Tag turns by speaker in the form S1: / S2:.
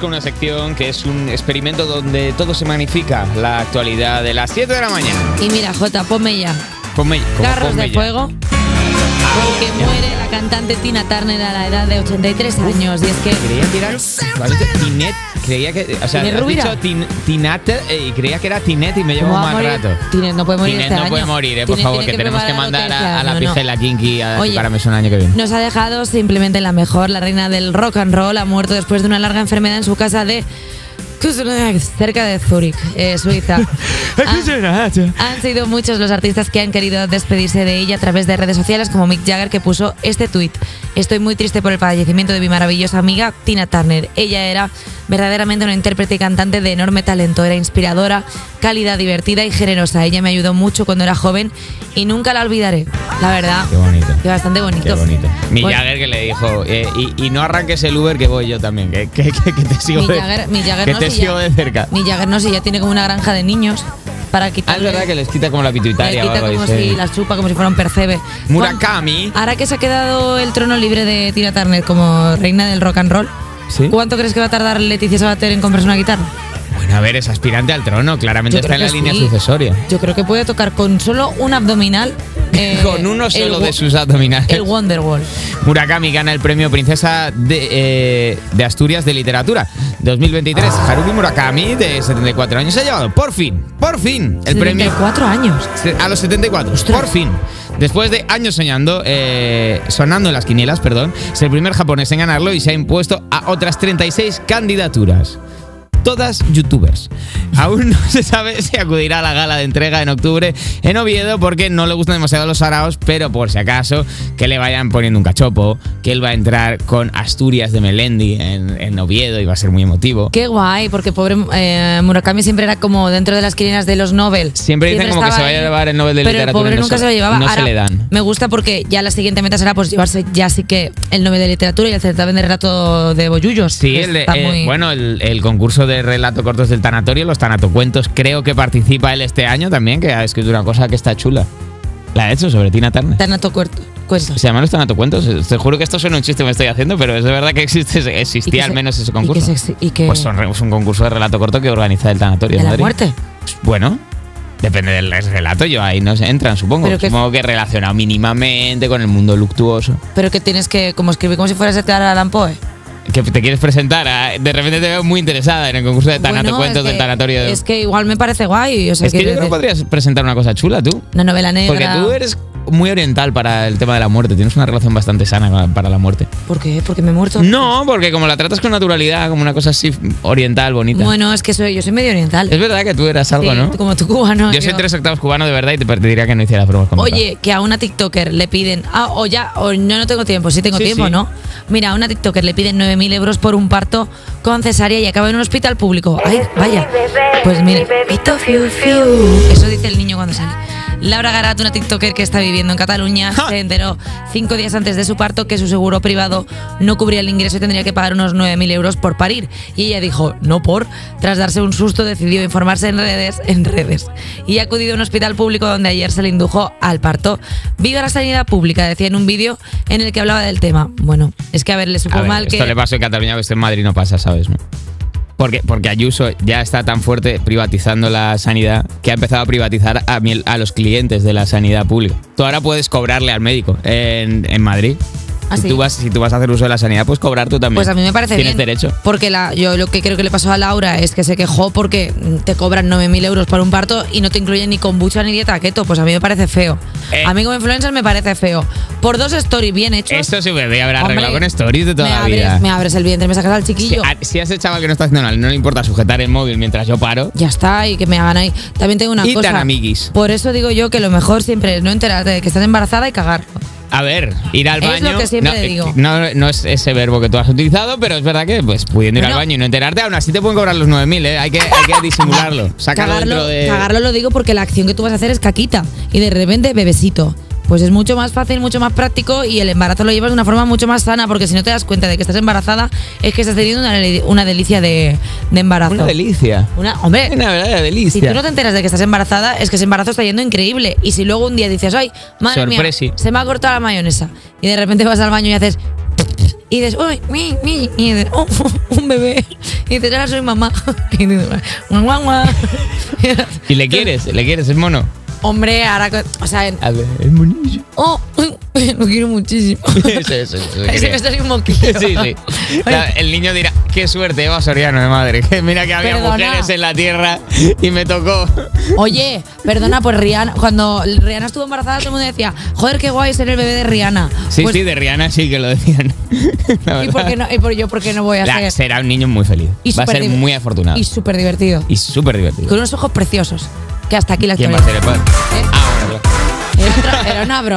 S1: con una sección que es un experimento donde todo se magnifica. La actualidad de las 7 de la mañana.
S2: Y mira, Jota, ponme ya.
S1: Ponme, como
S2: Carros
S1: ponme
S2: de
S1: ya.
S2: fuego. Porque muere la cantante Tina Turner a la edad de 83 años. Y es que.
S1: Creía que era. ¿lo has dicho? Tinet. Creía que. O sea,
S2: Tinet
S1: has
S2: Rubira.
S1: dicho tin- Tinat eh, y creía que era Tinet y me llevo
S2: ¿cómo va a
S1: más
S2: morir?
S1: rato.
S2: Tinet no puede morir
S1: Tinet
S2: este
S1: no
S2: año.
S1: puede morir, eh, por
S2: Tinet
S1: favor,
S2: tiene
S1: que tenemos que
S2: preparar
S1: mandar a,
S2: hotel,
S1: a la
S2: claro, no.
S1: Picela Kinky a
S2: Oye.
S1: para un año que viene.
S2: Nos ha dejado simplemente la mejor. La reina del rock and roll ha muerto después de una larga enfermedad en su casa de. cerca de Zúrich, eh, Suiza. Han- han sido muchos los artistas que han querido despedirse de ella a través de redes sociales, como Mick Jagger, que puso este tuit. Estoy muy triste por el fallecimiento de mi maravillosa amiga Tina Turner. Ella era verdaderamente una intérprete y cantante de enorme talento. Era inspiradora, cálida, divertida y generosa. Ella me ayudó mucho cuando era joven y nunca la olvidaré. La verdad.
S1: Qué bonito.
S2: que bastante bonito.
S1: Qué bonito. Mi
S2: Bueno,
S1: Jagger que le dijo, eh, y, y no arranques el Uber que voy yo también, que, que- que- que te sigo,
S2: Mick
S1: de,
S2: Jagger- Mick Jagger
S1: que
S2: no,
S1: te
S2: si
S1: sigo
S2: ya-
S1: de cerca.
S2: Mick Jagger no sé, ya tiene como una granja de niños para
S1: Ah,
S2: quitar.
S1: es verdad que les quita como la pituitaria.
S2: Le quita
S1: o algo,
S2: como
S1: dice.
S2: si las chupa, como si fuera un percebe.
S1: Murakami.
S2: Juan, Ahora que se ha quedado el trono libre de Tina Turner como reina del rock and roll,
S1: Sí.
S2: ¿cuánto crees que va a tardar Leticia Sabater en comprarse una guitarra?
S1: Bueno, a ver, es aspirante al trono, claramente
S2: Yo
S1: está en
S2: creo
S1: la
S2: que
S1: línea
S2: sí.
S1: sucesoria.
S2: Yo creo que puede tocar con solo un abdominal. eh,
S1: Con uno
S2: el
S1: solo
S2: wo-
S1: de sus abdominales.
S2: El Wonderwall.
S1: Murakami gana el premio Princesa de, eh, de Asturias de Literatura 2023. Haruki Murakami, de 74 años, se ha llevado por fin, por fin, el premio.
S2: cuatro años.
S1: Se- A los 74,
S2: Ostras.
S1: por fin. Después de años soñando, eh, sonando en las quinielas, perdón, es el primer japonés en ganarlo y se ha impuesto a otras 36 candidaturas. Todas youtubers. Aún no se sabe si acudirá a la gala de entrega en octubre en Oviedo porque no le gustan demasiado los araos, pero por si acaso que le vayan poniendo un cachopo, que él va a entrar con Asturias de Melendi en, en Oviedo y va a ser muy emotivo.
S2: Qué guay, porque pobre eh, Murakami siempre era como dentro de las quirinas de los Nobel.
S1: Siempre dicen como que
S2: estaba
S1: se va a
S2: ahí,
S1: llevar el Nobel de
S2: pero
S1: Literatura y
S2: el pobre
S1: no
S2: nunca
S1: se-
S2: se lo llevaba.
S1: no se
S2: Ahora,
S1: le dan.
S2: Me gusta porque ya la siguiente meta será pues llevarse ya sí que el Nobel de Literatura y el certamen de relato de Bollullos.
S1: Sí,
S2: que
S1: el,
S2: está
S1: eh,
S2: muy-
S1: bueno, el, el concurso de relato cortos del tanatorio, los tanatocuentos, creo que participa él este año también, que ha escrito una cosa que está chula. La ha hecho sobre Tina Turner.
S2: Tanato Cuerto- Cuento.
S1: Se llaman los tanatocuentos. eh, Te juro que esto suena un chiste que me estoy haciendo, pero es de verdad que existe,
S2: Y que
S1: existía al
S2: se-
S1: menos ese
S2: y que
S1: concurso.
S2: se ex- y que-
S1: Pues son re- es un concurso de relato corto que organiza el tanatorio.
S2: de
S1: en
S2: la
S1: Madrid.
S2: muerte.
S1: Bueno, depende del relato, yo ahí no sé, entran, supongo.
S2: Pero que-
S1: supongo que relacionado mínimamente con el mundo luctuoso.
S2: Pero que tienes que como escribir como si fueras a quedar Alan Poe.
S1: Que te quieres presentar, ah, de repente te veo muy interesada en el concurso de tanatocuentos
S2: Bueno, es
S1: del
S2: que-
S1: tanatorio. de-
S2: Es que igual me parece guay. O sea,
S1: Es que
S2: quiero
S1: yo creo que
S2: decir,
S1: podrías presentar una cosa chula tú.
S2: Una novela negra.
S1: Porque tú eres muy oriental para el tema de la muerte. Tienes una relación bastante sana con- para la muerte.
S2: ¿Por qué? Porque me he muerto.
S1: No, porque como la tratas con naturalidad, como una cosa así oriental, bonita.
S2: Bueno, es que soy, yo soy medio oriental.
S1: Es verdad que tú eras algo,
S2: Sí,
S1: ¿no?
S2: Como tú cubano.
S1: Yo soy tres octavos cubano de verdad y te pediría que no hicieras bromas con mi padre.
S2: Oye, que a una TikToker le piden. Ah, o ya, o no, no tengo tiempo, sí tengo
S1: Sí,
S2: tiempo,
S1: sí.
S2: ¿no? Mira, a una TikToker le piden 9.000 euros por un parto con cesárea y acaba en un hospital público. Ay, vaya. Pues mire. Eso dice el niño cuando sale. Laura Garat, una TikToker que está viviendo en Cataluña,
S1: Ja.
S2: se enteró cinco días antes de su parto que su seguro privado no cubría el ingreso y tendría que pagar unos 9.000 euros por parir. Y ella dijo, no por. Tras darse un susto, decidió informarse en redes, en redes. Y ha acudido a un hospital público donde ayer se le indujo al parto. Viva la sanidad pública, decía en un vídeo en el que hablaba del tema. Bueno, es que a ver, le supo
S1: A ver,
S2: mal
S1: esto
S2: que...
S1: le pasó en Cataluña, que esto en Madrid no pasa, ¿sabes? no? Porque, porque Ayuso ya está tan fuerte privatizando la sanidad que ha empezado a privatizar a, mi- a los clientes de la sanidad pública. Tú ahora puedes cobrarle al médico en, en Madrid.
S2: Ah,
S1: si,
S2: sí.
S1: tú vas, si tú vas a hacer uso de la sanidad, puedes cobrar tú también.
S2: Pues a mí me parece
S1: Tienes
S2: bien.
S1: derecho.
S2: Porque la, yo lo que creo que le pasó a Laura es que se quejó porque te cobran 9.000 euros por un parto y no te incluyen ni kombucha ni dieta keto. Pues a mí me parece feo.
S1: Eh.
S2: A mí como influencer me parece feo. Por dos stories bien hechos.
S1: Esto sí bebé habrá
S2: hombre,
S1: arreglado con stories de toda
S2: me
S1: la
S2: abres,
S1: vida.
S2: Me abres el vientre, me sacas al
S1: si,
S2: chiquillo.
S1: a, si a ese chaval que ah, no está haciendo nada no le importa sujetar el móvil mientras yo paro,
S2: Ya está, y que me hagan ahí. También tengo una
S1: Y
S2: cosa.
S1: tan amiguis.
S2: Por eso digo yo que lo mejor siempre es no enterarte de que estás embarazada y cagar.
S1: A ver, ir al
S2: Es
S1: baño.
S2: lo que siempre
S1: no,
S2: le
S1: eh,
S2: digo.
S1: No, no es ese verbo que tú has utilizado, pero es verdad que, pues, pudiendo ir
S2: Bueno.
S1: al baño y no enterarte, aún así te pueden cobrar los 9.000, ¿eh? Hay que, hay que disimularlo. Sacarlo dentro
S2: cagarlo,
S1: de.
S2: cagarlo lo digo porque la acción que tú vas a hacer es caquita y de repente bebecito. Pues es mucho más fácil, mucho más práctico y el embarazo lo llevas de una forma mucho más sana porque si no te das cuenta de que estás embarazada es que estás teniendo una, deli- una delicia de, de embarazo.
S1: Una delicia.
S2: Una- hombre,
S1: Una verdadera
S2: Eh, si
S1: delicia.
S2: tú no te enteras de que estás embarazada es que ese embarazo está yendo increíble y si luego un día dices, ay, madre mía,
S1: Sorpresi.
S2: se me ha cortado la mayonesa y de repente vas al baño y haces y dices, uy, mi, mi, y dices, oh, un bebé. Y dices, ahora soy mamá. Y dices, guau, guau, guau.
S1: Y le quieres, le quieres, es mono.
S2: Hombre, ahora, co- o sea,
S1: A ver, es monillo.
S2: oh, uy, lo quiero muchísimo.
S1: Sí, sí, sí, sí,
S2: Ahí Se me salió un moquillo.
S1: Sí, sí. La- el niño dirá, qué suerte, Eva Soriano de madre. que Mira que había
S2: Perdona.
S1: mujeres en la tierra y me tocó.
S2: Oye, perdona, pues Rihanna, cuando Rihanna estuvo embarazada, todo el mundo decía, joder, qué guay ser el bebé de Rihanna.
S1: Sí,
S2: Pues,
S1: sí, de Rihanna sí que lo decían. La
S2: ¿Y
S1: verdad.
S2: por qué no, y por, yo por qué no voy a
S1: La-
S2: ser?
S1: será un niño muy feliz.
S2: Y
S1: va a ser
S2: superdiver-
S1: muy afortunado.
S2: Y súper divertido.
S1: Y súper divertido.
S2: Con unos ojos preciosos. Que hasta aquí la
S1: ¿Quién va
S2: actualidad.
S1: a ser el padre?
S2: ¿Eh?
S1: Ah, bueno, claro.
S2: Era otra- Era una broma.